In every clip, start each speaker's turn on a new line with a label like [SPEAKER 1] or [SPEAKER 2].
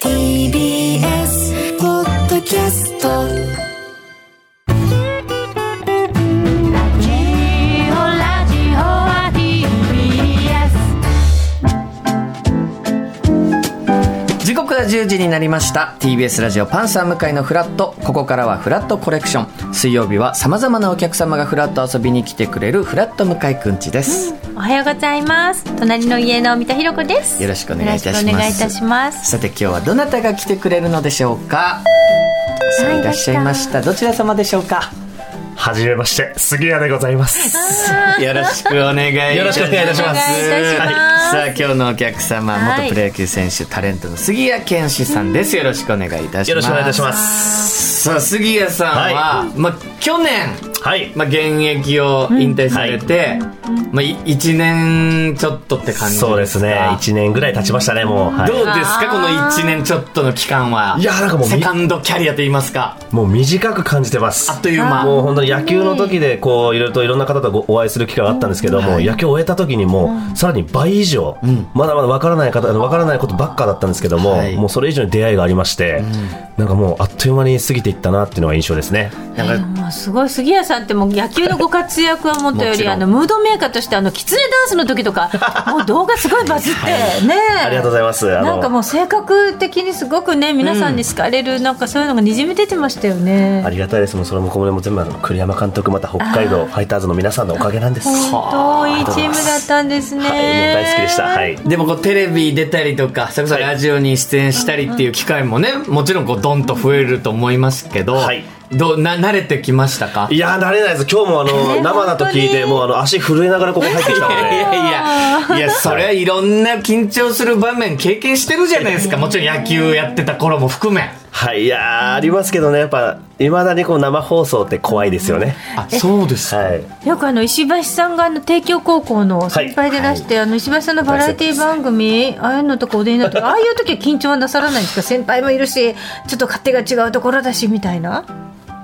[SPEAKER 1] TBS ポッドキャスト
[SPEAKER 2] TBS
[SPEAKER 3] 時刻は10時になりました TBS ラジオパンサー向井のフラットここからはフラットコレクション水曜日はさまざまなお客様がフラット遊びに来てくれるフラット向井くんちです、
[SPEAKER 2] おはようございます隣の家の三田ひろ子です
[SPEAKER 3] よろしくお願いいたします
[SPEAKER 2] よろくお願いいたします
[SPEAKER 3] さて今日はどなたが来てくれるのでしょうかさあいらっしゃいましたどちら様でしょうか
[SPEAKER 4] はじめまして、杉谷でございます。
[SPEAKER 3] よろしくお願いいたします
[SPEAKER 4] よろしくお願いいたします
[SPEAKER 2] お願いいたします
[SPEAKER 3] はいさあ今日のお客様
[SPEAKER 2] はい
[SPEAKER 3] 元プロ野球選手タレントの杉谷拳士さんですよろしくお願いいたします
[SPEAKER 4] よろしくお願いいたします。
[SPEAKER 3] さあ杉谷さんは、まあ去年
[SPEAKER 4] はい。
[SPEAKER 3] まあ、現役を引退されて、まあ、い1年ちょっとって感じ
[SPEAKER 4] そうですね。1年ぐらい経ちましたね、もう。はい
[SPEAKER 3] どうですかこの1年ちょっとの期間はい
[SPEAKER 4] やなんかもうみ
[SPEAKER 3] セカンドキャリアと言いますか
[SPEAKER 4] もう短く感じてま
[SPEAKER 3] あ
[SPEAKER 4] す
[SPEAKER 3] っ。という間
[SPEAKER 4] もう本当に野球の時で、こう、いろいろといろんな方とごお会いする機会があったんですけども、野球を終えた時にもう、さらに倍以上、まだまだわからない方、わからないことばっかだったんですけども
[SPEAKER 3] はい、
[SPEAKER 4] もうそれ以上に出会いがありまして、なんかもうあっという間に過ぎていったなっていうのが印象ですね。
[SPEAKER 3] なんか
[SPEAKER 2] もうすごい杉谷さんってもう野球のご活躍はもっとよ
[SPEAKER 3] もち
[SPEAKER 2] り
[SPEAKER 3] ろん
[SPEAKER 2] あのムードメーカーとしてあのキツネダンスの時とか もう動画すごいバズって、ねえ
[SPEAKER 4] ありがとうございます。あの
[SPEAKER 2] なんかもう性格的にすごくね皆さんに好かれる、なんかそういうのがにじみ出てましたよね
[SPEAKER 4] ありがたいですもうそれもこれも全部あの栗山監督また北海道ファイターズの皆さんのおかげなんです。は
[SPEAKER 2] 本当いいチームだったんですね、
[SPEAKER 4] い、もう大好きでした。はい。
[SPEAKER 3] でもこうテレビ出たりとかそれこそラジオに出演したりっていう機会もねもちろんこうドンと増えると思いますけど、
[SPEAKER 4] はい
[SPEAKER 3] どうな慣れてきましたか
[SPEAKER 4] いやー慣れないです。今日もあ の生だと聞いてもうあの足震えながらここ入ってきたの
[SPEAKER 3] いや
[SPEAKER 4] で。
[SPEAKER 3] いやいや、それはいろんな緊張する場面経験してるじゃない ですか。もちろん野球やってた頃も含め。
[SPEAKER 4] はい。いやーありますけどねやっぱ未だにこう生放送って怖いですよね。
[SPEAKER 3] あ、そうです
[SPEAKER 4] はい。
[SPEAKER 2] よくあの石橋さんがあの帝京高校の先輩でいらして、あの石橋さんのバラエティ番組ああいうのとかお出になってああいう時は緊張はなさらないんですか先輩もいるしちょっと勝手が違うところだしみたいな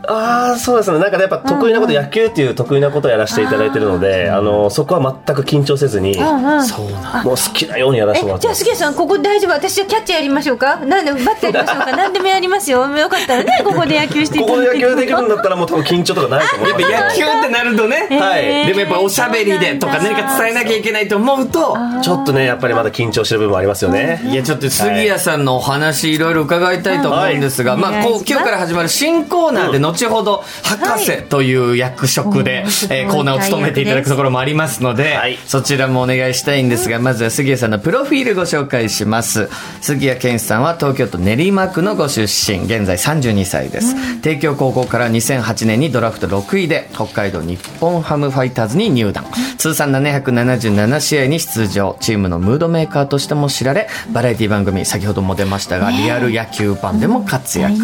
[SPEAKER 4] ああそうですねなんかねやっぱ得意なこと、野球っていう得意なことをやらせていただいてるのであのそこは全く緊張せずに。
[SPEAKER 2] うんうん
[SPEAKER 3] そうなん
[SPEAKER 4] もう好きなようにやらせてもら
[SPEAKER 2] え
[SPEAKER 4] っ
[SPEAKER 2] じ
[SPEAKER 4] て
[SPEAKER 2] ゃあ
[SPEAKER 4] ます
[SPEAKER 2] 杉谷さんここ大丈夫私はキャッチャーやりましょうかなんでバッターやりましょう か何でもやりますよよかったらねここで野球してい
[SPEAKER 4] こ
[SPEAKER 2] た
[SPEAKER 4] こ
[SPEAKER 2] だい
[SPEAKER 4] で
[SPEAKER 2] て
[SPEAKER 4] 野球できるんだったらもう多分緊張とかないと思います。
[SPEAKER 3] やっぱ野球ってなるとね。
[SPEAKER 4] はい
[SPEAKER 3] でもやっぱおしゃべりでとか何か伝えなきゃいけないと思うと、
[SPEAKER 4] ちょっとね、やっぱりまだ緊張してる部分もありますよね。
[SPEAKER 3] いやちょっと杉谷さんのお話いろいろ伺いたいと思うんですが、
[SPEAKER 2] はい
[SPEAKER 3] まあ、こう
[SPEAKER 2] お願いします
[SPEAKER 3] 今日から始まる新コーナーで後ほど博士という役職で、
[SPEAKER 2] はい
[SPEAKER 3] えーコーナーを務めていただくところもありますので、
[SPEAKER 4] はい
[SPEAKER 3] そちらもお願いしたいんですがまずは杉谷さんのプロフィールご紹介します杉谷健さんは東京都練馬区のご出身現在32歳です、帝京高校から2008年にドラフト6位で北海道日本ハムファイターズに入団通算777試合に出場チームのムードメーカーとしても知られバラエティ番組先ほども出ましたが、リアル野球版でも活躍、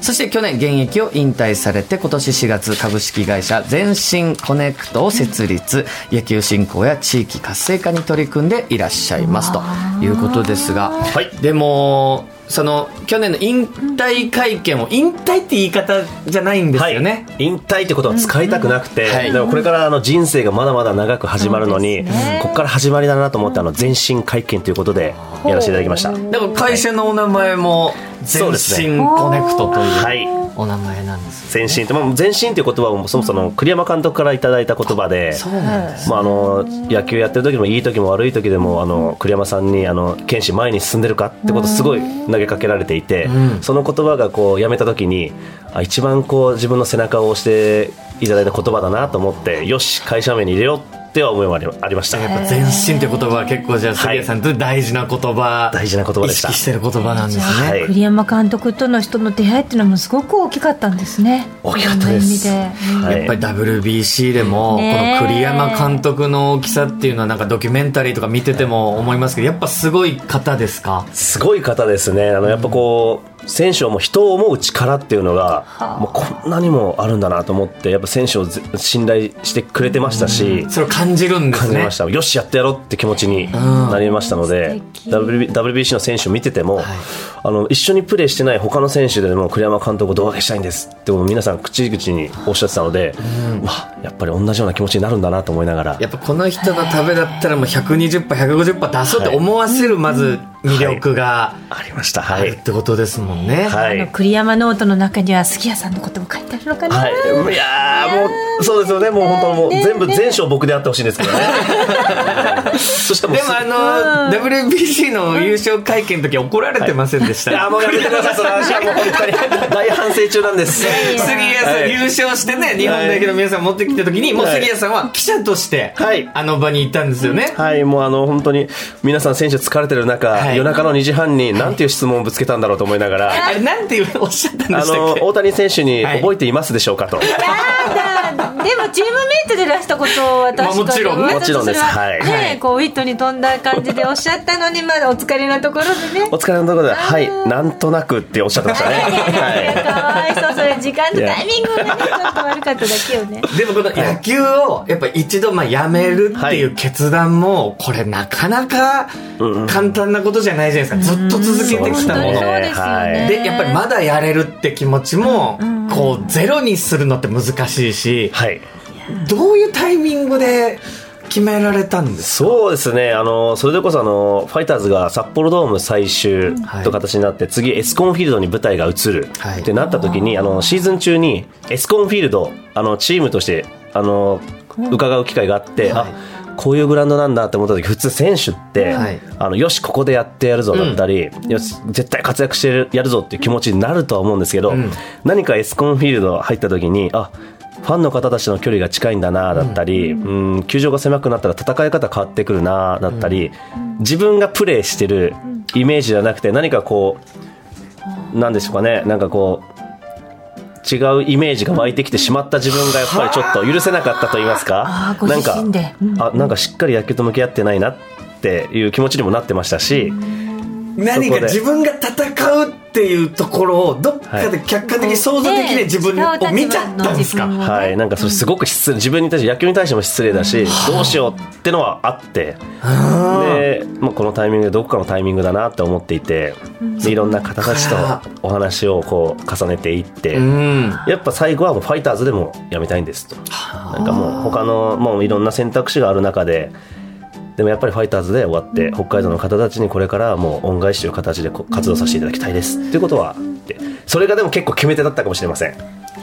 [SPEAKER 3] そして去年現役を引退されて今年4月株式会社全身コネクトを設立野球振興や地域活性化に取り組んでいらっしゃいますということですが、
[SPEAKER 4] はい
[SPEAKER 3] でもその去年の引退会見を引退って言い方じゃないんですよね、
[SPEAKER 4] はい、引退ってことは使いたくなくて、
[SPEAKER 3] はい
[SPEAKER 4] でもこれからあの人生がまだまだ長く始まるのに、
[SPEAKER 2] そうですね
[SPEAKER 4] ここから始まりだなと思ってあの全身会見ということでやらせていただきました。
[SPEAKER 3] だから会社のお名前も全
[SPEAKER 4] そうですね
[SPEAKER 3] 身コネクトという
[SPEAKER 4] はい、
[SPEAKER 3] お名前なんです
[SPEAKER 4] 全身って、まあ、全身っていう言葉はもうそもそも栗山監督からいただいた言葉で。
[SPEAKER 3] そうなんです
[SPEAKER 4] まあ、あの野球やってる時もいい時も悪い時でもあの栗山さんにあの「剣士前に進んでるか?」ってことすごい投げかけられていて、その言葉がこうやめた時にあ一番こう自分の背中を押していただいた言葉だなと思ってよし会社名に入れようっては思いもありありました。
[SPEAKER 3] やっぱ前進って言葉は結構じゃあ杉谷さんと大事な言葉、
[SPEAKER 4] い大事な言葉でした
[SPEAKER 3] 意識してる言葉なんですね、
[SPEAKER 4] はい
[SPEAKER 2] 栗山監督との人の出会いっていうのもすごく大きかったんですね。
[SPEAKER 4] 大きかったです
[SPEAKER 2] いろんな意味でうん
[SPEAKER 4] はい
[SPEAKER 3] やっぱり WBC でも、
[SPEAKER 2] ねえ
[SPEAKER 3] この栗山監督の大きさっていうのはなんかドキュメンタリーとか見てても思いますけどやっぱすごい方ですか
[SPEAKER 4] すごい方ですね。あの、やっぱこう、選手をもう人を思う力っていうのが、もうこんなにもあるんだなと思って、やっぱ選手をぜ信頼してくれてましたし、
[SPEAKER 3] それを感じるんです
[SPEAKER 4] 感じ
[SPEAKER 3] ね
[SPEAKER 4] ました。よし、やってやろうって気持ちになりましたので、WB WBC の選手を見てても、あの、一緒にプレーしてない他の選手でも栗山監督を胴上げしたいんですってもう皆さん口々におっしゃってたので、うわ、やっぱり同じような気持ちになるんだなと思いながら
[SPEAKER 3] や、っぱこの人のためだったらもう120杯150杯出そうって思わせるまず魅力が
[SPEAKER 4] ありました。
[SPEAKER 3] あ
[SPEAKER 4] は
[SPEAKER 3] るっ
[SPEAKER 4] い。
[SPEAKER 3] てことですもんね、
[SPEAKER 4] は
[SPEAKER 2] あの栗山ノートの中には杉谷さんのことも書いてあるのかな、
[SPEAKER 4] はい、いやーもうそうですよねもう本当もう全部全勝僕であってほしいんですけどねそしてもう
[SPEAKER 3] ですもあの、WBC の優勝会見の時怒られてませんでし
[SPEAKER 4] い
[SPEAKER 3] た、
[SPEAKER 4] やーもうやめてくださいその話はもう本当に大反省中なんです
[SPEAKER 3] 杉谷さん、
[SPEAKER 4] はい
[SPEAKER 3] 優勝してね、日本代表の皆さん持ってきた時に、もう杉谷さんは記者として、
[SPEAKER 4] はい
[SPEAKER 3] あの場に行ったんですよね。
[SPEAKER 4] はいもうあの本当に皆さん選手疲れてる中、
[SPEAKER 3] はい
[SPEAKER 4] 夜中の2時半になんていう質問をぶつけたんだろうと思いながら、
[SPEAKER 3] あれ、なんておっしゃったんで
[SPEAKER 4] あ
[SPEAKER 3] したっ
[SPEAKER 4] の
[SPEAKER 3] け
[SPEAKER 4] 大谷選手に
[SPEAKER 3] はい
[SPEAKER 4] 覚えていますでしょうかと、
[SPEAKER 2] なんだでもチームメイトでいらしたことを
[SPEAKER 3] まあ
[SPEAKER 2] 私
[SPEAKER 3] もちろん
[SPEAKER 4] もちろんですはい
[SPEAKER 2] ね、こうウィットに飛んだ感じでおっしゃったのにまだお疲れなところでね
[SPEAKER 4] お疲れのところで「はいなんとなく」っておっしゃってました ね
[SPEAKER 2] か
[SPEAKER 4] は
[SPEAKER 2] わいそうそれ時間とタイミングがねちょっと悪かっただけよね
[SPEAKER 3] でもこの野球を、やっぱ一度、まあ、やめるっていう決断も、これなかなか簡単なことじゃないじゃないですか。ずっと続けてき
[SPEAKER 2] 本
[SPEAKER 3] た
[SPEAKER 2] 当
[SPEAKER 3] も
[SPEAKER 2] に
[SPEAKER 3] の
[SPEAKER 2] そ。うですよね、
[SPEAKER 4] はい
[SPEAKER 3] で、やっぱりまだやれるって気持ちも、こう、ゼロにするのって難しいし
[SPEAKER 4] い、、はい
[SPEAKER 3] どういうタイミングで決められたんです
[SPEAKER 4] そうですね、あのそれでこそあのファイターズが札幌ドーム最終
[SPEAKER 3] はい
[SPEAKER 4] と形になって、次、エスコンフィールドに舞台が移る
[SPEAKER 3] はい
[SPEAKER 4] ってなった時に、あのシーズン中にエスコンフィールド、あのチームとしてあの伺う機会があって、
[SPEAKER 3] はい
[SPEAKER 4] あこういうグラウンドなんだって思った時普通、選手って、
[SPEAKER 3] はい
[SPEAKER 4] あのよし、ここでやってやるぞだったり、よし、絶対活躍してるやるぞっていう気持ちになるとは思うんですけど、
[SPEAKER 3] ん
[SPEAKER 4] 何かエスコンフィールド入った時に、あファンの方たちの距離が近いんだなだったり、うん球場が狭くなったら戦い方変わってくるなだったり、自分がプレーしてるイメージじゃなくて何かこうなんでしょうかねなんかこう違うイメージが湧いてきてしまった自分がやっぱりちょっと許せなかったと言いますか
[SPEAKER 2] あーご自身で
[SPEAKER 4] なんか、あなんかしっかり野球と向き合ってないなっていう気持ちにもなってましたし、
[SPEAKER 3] 何
[SPEAKER 4] そ
[SPEAKER 3] か
[SPEAKER 4] こで
[SPEAKER 3] 自分が戦うっていうところをどっかで客観的に想像できない自分を見ちゃったんですか、
[SPEAKER 2] ね
[SPEAKER 4] はい、なんかそれすごく失礼、自分に対して野球に対しても失礼だし、どうしようってのはあってで、まあ、このタイミングでどこかのタイミングだなって思っていてでいろんな方たちとお話をこう重ねていって。
[SPEAKER 3] うん
[SPEAKER 4] やっぱ最後はもうファイターズでもやめたいんですとなんかもう他のもういろんな選択肢がある中ででもやっぱりファイターズで終わって北海道の方たちにこれからはもう恩返しという形でこう活動させていただきたいですっていうことはでそれがでも結構決め手だったかもしれません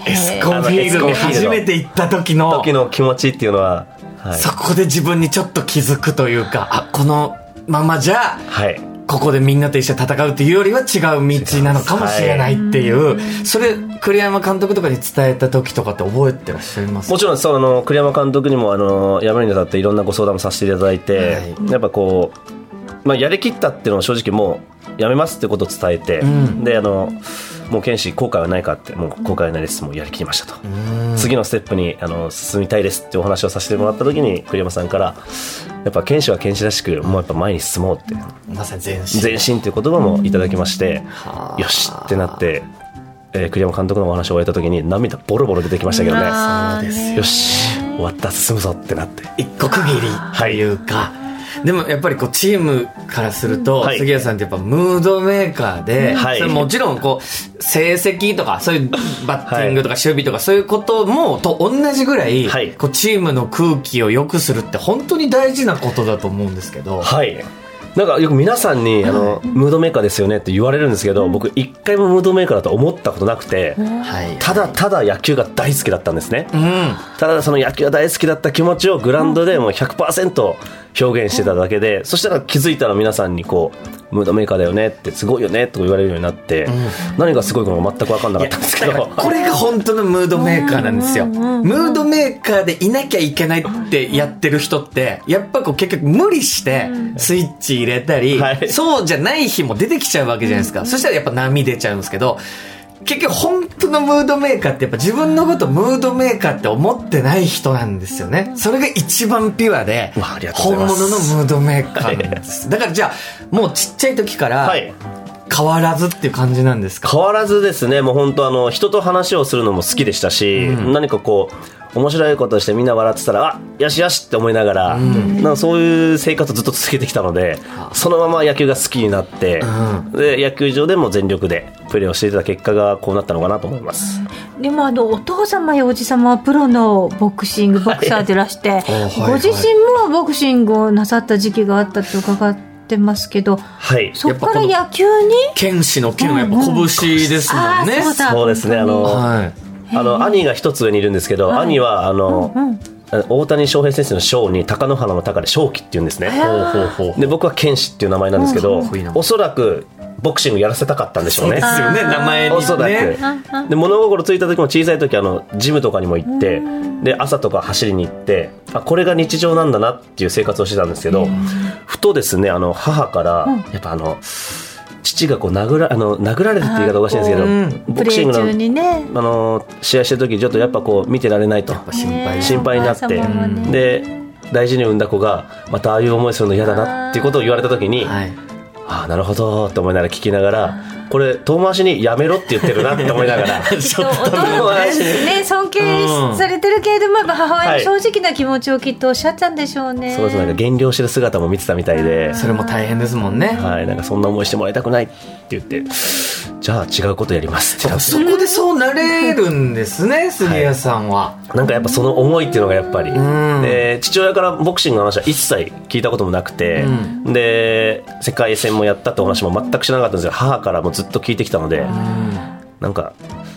[SPEAKER 3] エスコンフィールドに初めて行った時の
[SPEAKER 4] 時の気持ちっていうのは、はい、
[SPEAKER 3] そこで自分にちょっと気づくというかあこのままじゃ
[SPEAKER 4] はい、
[SPEAKER 3] ここでみんなと一緒に戦うっていうよりは違う道なのかもしれないっていう、それ栗山監督とかに伝えた時とかって覚えてらっしゃいます
[SPEAKER 4] もちろんそうあの栗山監督にもあの辞めるにあたっていろんなご相談もさせていただいて、やっぱこう、まあ、やりきったっていうのは正直もう辞めますってことを伝えて、であのもう剣士後悔はないかってもう後悔はないですもうやりきりましたと、次のステップにあの進みたいですってお話をさせてもらった時に栗山さんからやっぱ剣士は剣士らしくもうやっぱ前に進もうって
[SPEAKER 3] まさに全身
[SPEAKER 4] 前進という言葉もいただきまして、よしってなって、えー栗山監督のお話を終えた時に涙ボロボロ出てきましたけどねよし終わった進むぞってなって
[SPEAKER 3] 一個区切りというか、でもやっぱりこうチームからすると、
[SPEAKER 4] はい
[SPEAKER 3] 杉谷さんってやっぱムードメーカーで、
[SPEAKER 4] はい
[SPEAKER 3] それもちろんこう成績とかそういうバッティングとか守備とかそういうこともと同じぐらい、
[SPEAKER 4] はい
[SPEAKER 3] こうチームの空気を良くするって本当に大事なことだと思うんですけど、
[SPEAKER 4] はいなんかよく皆さんにあの、ムードメーカーですよねって言われるんですけど、僕一回もムードメーカーだと思ったことなくて、
[SPEAKER 3] はい
[SPEAKER 4] ただただ野球が大好きだったんですね、
[SPEAKER 3] うん
[SPEAKER 4] ただその野球が大好きだった気持ちをグラウンドでもう100%表現してただけで、そしたら気づいたら皆さんにこう、ムードメーカーだよねって、すごいよねとか言われるようになって、何がすごいかも全く分かんなかったんですけ
[SPEAKER 3] だから
[SPEAKER 4] ど。
[SPEAKER 3] これが本当のムードメーカーなんですよ。ムードメーカーでいなきゃいけないってやってる人って、やっぱこう結局無理してスイッチ入れたり、
[SPEAKER 4] はい
[SPEAKER 3] そうじゃない日も出てきちゃうわけじゃないですか。そしたらやっぱ波出ちゃうんですけど、結局本当のムードメーカーってやっぱ自分のことムードメーカーって思ってない人なんですよね。それが一番ピュアで
[SPEAKER 4] わありが、とう
[SPEAKER 3] 本
[SPEAKER 4] ござ
[SPEAKER 3] 物
[SPEAKER 4] いま
[SPEAKER 3] の
[SPEAKER 4] す
[SPEAKER 3] ムードメーカーなんです。だからじゃあ、もうちっちゃい時から
[SPEAKER 4] はい
[SPEAKER 3] 変わらずっていう感じなんですか
[SPEAKER 4] 変わらずですね、もう本当あの、人と話をするのも好きでしたし、何かこう、面白いことしてみんな笑ってたら、あよしよしって思いながら、なんかそういう生活をずっと続けてきたので、そのまま野球が好きになって、で、野球場でも全力でプレーをしていた結果がこうなったのかなと思います。
[SPEAKER 2] でもあのお父様やおじ様はプロのボクシングボクサーでいらして、
[SPEAKER 3] はい
[SPEAKER 2] ご自身もボクシングをなさった時期があったと伺ってますけど
[SPEAKER 4] はい。
[SPEAKER 2] そこから
[SPEAKER 3] や
[SPEAKER 2] 野球に
[SPEAKER 3] 剣士の剣はやっぱ拳ですも
[SPEAKER 2] あ
[SPEAKER 3] んね。
[SPEAKER 2] ーそうだ
[SPEAKER 4] そうですね、あの、
[SPEAKER 3] はい。
[SPEAKER 4] あの兄が一つ上にいるんですけど、兄はあの、大谷翔平選手の翔に貴乃花の高で翔輝っていうんですね。
[SPEAKER 3] ほうほうほう。
[SPEAKER 4] で僕は剣士っていう名前なんですけど、
[SPEAKER 3] いいな
[SPEAKER 4] おそらくボクシングやらせたかったんでしょうね。
[SPEAKER 3] ですよね、名前に、ね。
[SPEAKER 4] おそらく。で物心ついた時も小さい時あのジムとかにも行ってで朝とか走りに行ってあこれが日常なんだなっていう生活をしてたんですけどふとですねあの母からやっぱあの父がこう殴らあの殴られるって言い方おかしいんですけどボ
[SPEAKER 2] プ
[SPEAKER 4] ク
[SPEAKER 2] レ
[SPEAKER 4] シン
[SPEAKER 2] ー
[SPEAKER 4] グの
[SPEAKER 2] 中にね
[SPEAKER 4] あの試合してる時ちょっとやっぱこう見てられないと
[SPEAKER 3] 心配
[SPEAKER 4] 心配になって、
[SPEAKER 2] ねお母様はね
[SPEAKER 4] で大事に産んだ子がまたああいう思いするの嫌だなっていうことを言われた時にあ
[SPEAKER 3] はい。
[SPEAKER 4] あなるほどと思いながら聞きながらこれ遠回しにやめろって言ってるなって思いながら
[SPEAKER 2] きっとお父様ですね尊敬されてるけれどもやっぱ母親の正直な気持ちをきっとおっしゃったんでしょうね。
[SPEAKER 4] そうですなんか減量してる姿も見てたみたいで、
[SPEAKER 3] それも大変ですもんね。
[SPEAKER 4] はい、なんかそんな思いしてもらいたくないって言ってじゃあ違うことやりますってなって
[SPEAKER 3] そこでそうなれるんですね、杉谷さんは。
[SPEAKER 4] なんかやっぱその思いっていうのがやっぱり、
[SPEAKER 3] ん
[SPEAKER 4] で父親からボクシングの話は一切聞いたこともなくて、で世界戦もやったってお話も全くしなかったんですけど母からもずっと聞いてきたので、なんか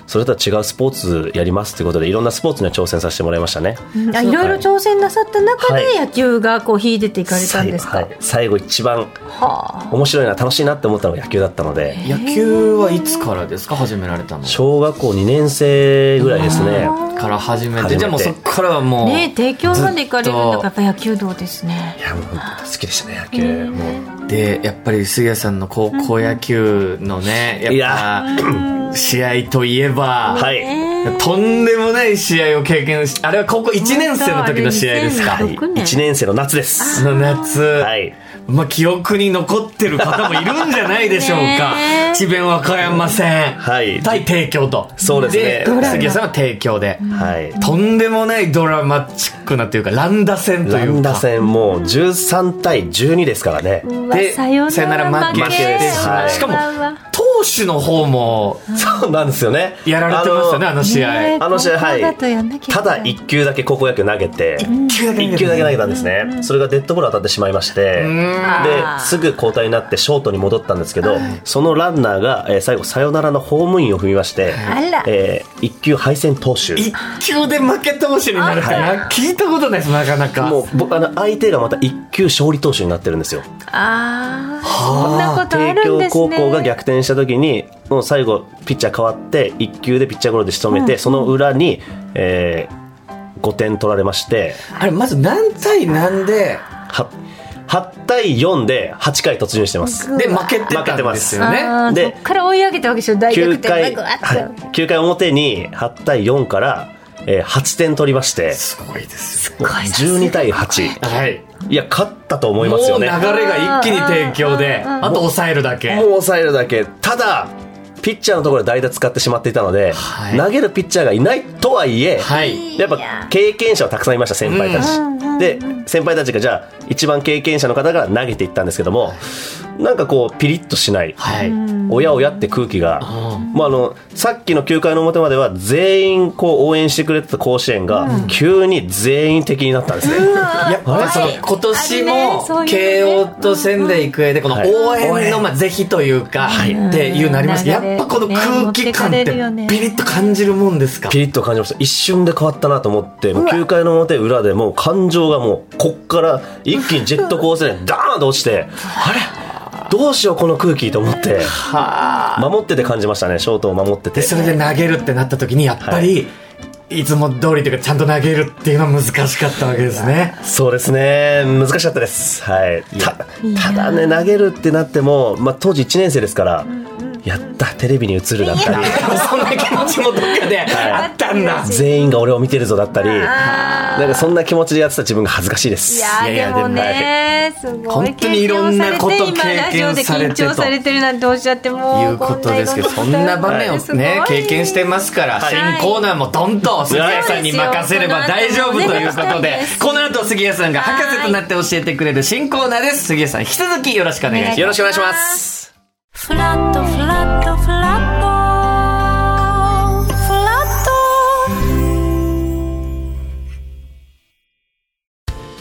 [SPEAKER 4] それとは違うスポーツやりますってことでいろんなスポーツには挑戦させてもらいましたね
[SPEAKER 2] あいろいろ挑戦なさった中
[SPEAKER 4] は
[SPEAKER 2] で
[SPEAKER 4] い
[SPEAKER 2] 野球がこう秀でていかれたん
[SPEAKER 4] 最
[SPEAKER 2] です
[SPEAKER 4] 後,、は
[SPEAKER 2] か
[SPEAKER 4] い、最後一番
[SPEAKER 2] は
[SPEAKER 4] 面白いな楽しいなって思ったのが野球だったので
[SPEAKER 3] 野球はいつからですか、始められたの。
[SPEAKER 4] 小学校2年生ぐらいですね
[SPEAKER 3] から始め
[SPEAKER 4] 初め
[SPEAKER 3] て。
[SPEAKER 4] て
[SPEAKER 3] じゃあもうそっからはも
[SPEAKER 2] あ
[SPEAKER 3] う。
[SPEAKER 2] ね提供まで行かれるんだから
[SPEAKER 3] ず
[SPEAKER 2] や
[SPEAKER 3] っ
[SPEAKER 2] っぱ野球道ですね
[SPEAKER 4] い。やもう本当好きでしたね野球、もう
[SPEAKER 3] とで、やっぱり杉谷さんの高校野球のね、
[SPEAKER 4] い
[SPEAKER 3] やっぱ、試合といえば、
[SPEAKER 4] はい、
[SPEAKER 3] とんでもない試合を経験し、あれは高校1年生の時の試合ですか。
[SPEAKER 2] 本当あれ2006年
[SPEAKER 4] 1年生の夏です
[SPEAKER 3] の夏、
[SPEAKER 4] はい
[SPEAKER 3] まあ、記憶に残ってる方もいるんじゃないでしょうか
[SPEAKER 2] ねえ
[SPEAKER 3] 智弁和歌山戦、
[SPEAKER 4] はい
[SPEAKER 3] 対帝京と
[SPEAKER 4] そうですねドラマ
[SPEAKER 3] 杉谷さんは帝京で、
[SPEAKER 4] はい。
[SPEAKER 3] とんでもないドラマチックなというか乱打戦とい
[SPEAKER 4] ラ
[SPEAKER 3] うか
[SPEAKER 4] ンダ戦もう13対12ですからね。
[SPEAKER 3] で
[SPEAKER 2] さよ
[SPEAKER 3] さよな
[SPEAKER 2] な
[SPEAKER 3] ら
[SPEAKER 2] ら
[SPEAKER 3] 負け
[SPEAKER 2] 負け
[SPEAKER 3] てしま
[SPEAKER 4] は
[SPEAKER 3] う
[SPEAKER 4] い
[SPEAKER 3] しかも投手の方も
[SPEAKER 4] そうなんですよね。
[SPEAKER 3] やられてましたねあの試合、
[SPEAKER 2] ね
[SPEAKER 4] あの試合、は
[SPEAKER 2] 高校だ
[SPEAKER 4] い。
[SPEAKER 2] とやんなきゃいけな
[SPEAKER 4] た
[SPEAKER 2] い
[SPEAKER 4] だ1球だけ高校野球投げて、
[SPEAKER 3] 球だけ投げた
[SPEAKER 4] 1球だけ投げたんですね。それがデッドボール当たってしまいまして、ですぐ交代になってショートに戻ったんですけど、そのランナーがえー最後サヨナラのホームインを踏みまして
[SPEAKER 2] あら、
[SPEAKER 4] え1球敗戦投手。
[SPEAKER 3] 一球で負け投手になるってな聞いたことないですなかなか
[SPEAKER 4] もう僕あの相手がまた1球勝利投手になってるんですよ。
[SPEAKER 2] ああそんなことあ
[SPEAKER 4] 帝
[SPEAKER 2] るん
[SPEAKER 4] 京
[SPEAKER 2] です
[SPEAKER 4] 高
[SPEAKER 2] ね
[SPEAKER 4] 校が逆転した時にもう最後ピッチャー変わって1球でピッチャーゴロで仕留めて、その裏に、え5点取られまして
[SPEAKER 3] あれまず何対何で
[SPEAKER 4] は 8, 対4で8回突入してます
[SPEAKER 3] で負けてたんですよね
[SPEAKER 2] あー
[SPEAKER 4] で
[SPEAKER 2] そっから追い上げたわけでしょ大逆
[SPEAKER 4] 9
[SPEAKER 2] 転
[SPEAKER 4] 回,、
[SPEAKER 2] バクバク
[SPEAKER 4] はい、9回表に8対4から、え8点取りまして
[SPEAKER 3] すごいですよ
[SPEAKER 4] 12対8
[SPEAKER 3] はい
[SPEAKER 4] いや勝ったと思い
[SPEAKER 3] も
[SPEAKER 4] ま
[SPEAKER 3] う
[SPEAKER 4] すよ
[SPEAKER 3] 流
[SPEAKER 4] ね
[SPEAKER 3] れが一気に提供であと抑えるだけ
[SPEAKER 4] もう抑えるだけ。ただ、ピッチャーのところで代打使ってしまっていたので、
[SPEAKER 3] はい
[SPEAKER 4] 投げるピッチャーがいないとはいえ、
[SPEAKER 3] はい
[SPEAKER 4] やっぱ経験者はたくさんいました、先輩たち。で、先輩たちがじゃあ、一番経験者の方が投げていったんですけども、なんかこうピリッとしない、
[SPEAKER 3] はい。
[SPEAKER 4] おやおやって空気が、まあ、あのさっきの9回の表までは全員こう応援してくれてた甲子園が、急に全員敵になったんですね。
[SPEAKER 3] やっぱその今年
[SPEAKER 2] ねそういう
[SPEAKER 3] も慶
[SPEAKER 2] のね
[SPEAKER 3] 応と仙台育英でこの
[SPEAKER 4] はい
[SPEAKER 3] 応援のまあ是非というかっていうなりますけど
[SPEAKER 2] うん
[SPEAKER 3] やっぱこの空気感って
[SPEAKER 2] 持ってかれるよね
[SPEAKER 3] ピリッと感じるもんですか
[SPEAKER 4] ピリッと感じました一瞬で変わったなと思ってもう9回の表裏でもう感情がもうこっから一気にジェットコースターでダーン と落ちてあれどうしようこの空気と思って守ってて感じましたねショートを守ってて
[SPEAKER 3] でそれで投げるってなった時にやっぱりいつも通りというかちゃんと投げるっていうのは難しかったわけですね
[SPEAKER 4] そうですね難しかったですはいたただね投げるってなっても、まあ、当時1年生ですからやったテレビに映るだったり
[SPEAKER 3] そんな気持ちもどっかであったんだ
[SPEAKER 4] 全員が俺を見てるぞだったりなんかそんな気持ちでやってた自分が恥ずかしいです
[SPEAKER 2] いやー
[SPEAKER 3] いやいや
[SPEAKER 2] でもねすごい
[SPEAKER 3] 本当にい
[SPEAKER 2] 経
[SPEAKER 3] ろん
[SPEAKER 2] 験をさ
[SPEAKER 3] な
[SPEAKER 2] れ
[SPEAKER 3] こと
[SPEAKER 2] て今ラジオ
[SPEAKER 3] 経験
[SPEAKER 2] で
[SPEAKER 3] され
[SPEAKER 2] 緊
[SPEAKER 3] てと
[SPEAKER 2] 張されてるなんておっしゃっても
[SPEAKER 3] いうことですけど、そんな場面をね、経験してますから、
[SPEAKER 2] い
[SPEAKER 3] 新コーナーもどんと杉谷さんに任せれば大丈夫ということ
[SPEAKER 2] そうで、
[SPEAKER 3] です
[SPEAKER 2] よ
[SPEAKER 3] この後杉谷さんが博士となって教えてくれる新コーナーです。杉谷さん、引き続きよろしくお願いします。。
[SPEAKER 2] よろしくお願いします
[SPEAKER 1] フラットフラットフラットフラ